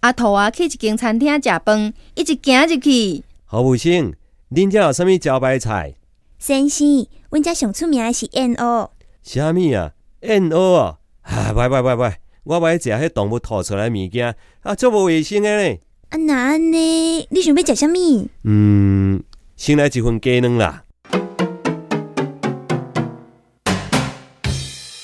阿兔啊去一间餐厅食饭，一直行入去，服务生，恁遮有啥物招牌菜？先生，阮遮上出名的是燕哦鸥，啥物啊？燕鸥哦，啊，歹歹歹歹，我歹食迄动物吐出来的物件，啊，足无卫生的咧。啊那安尼，你想要食啥物？嗯，先来一份鸡卵啦。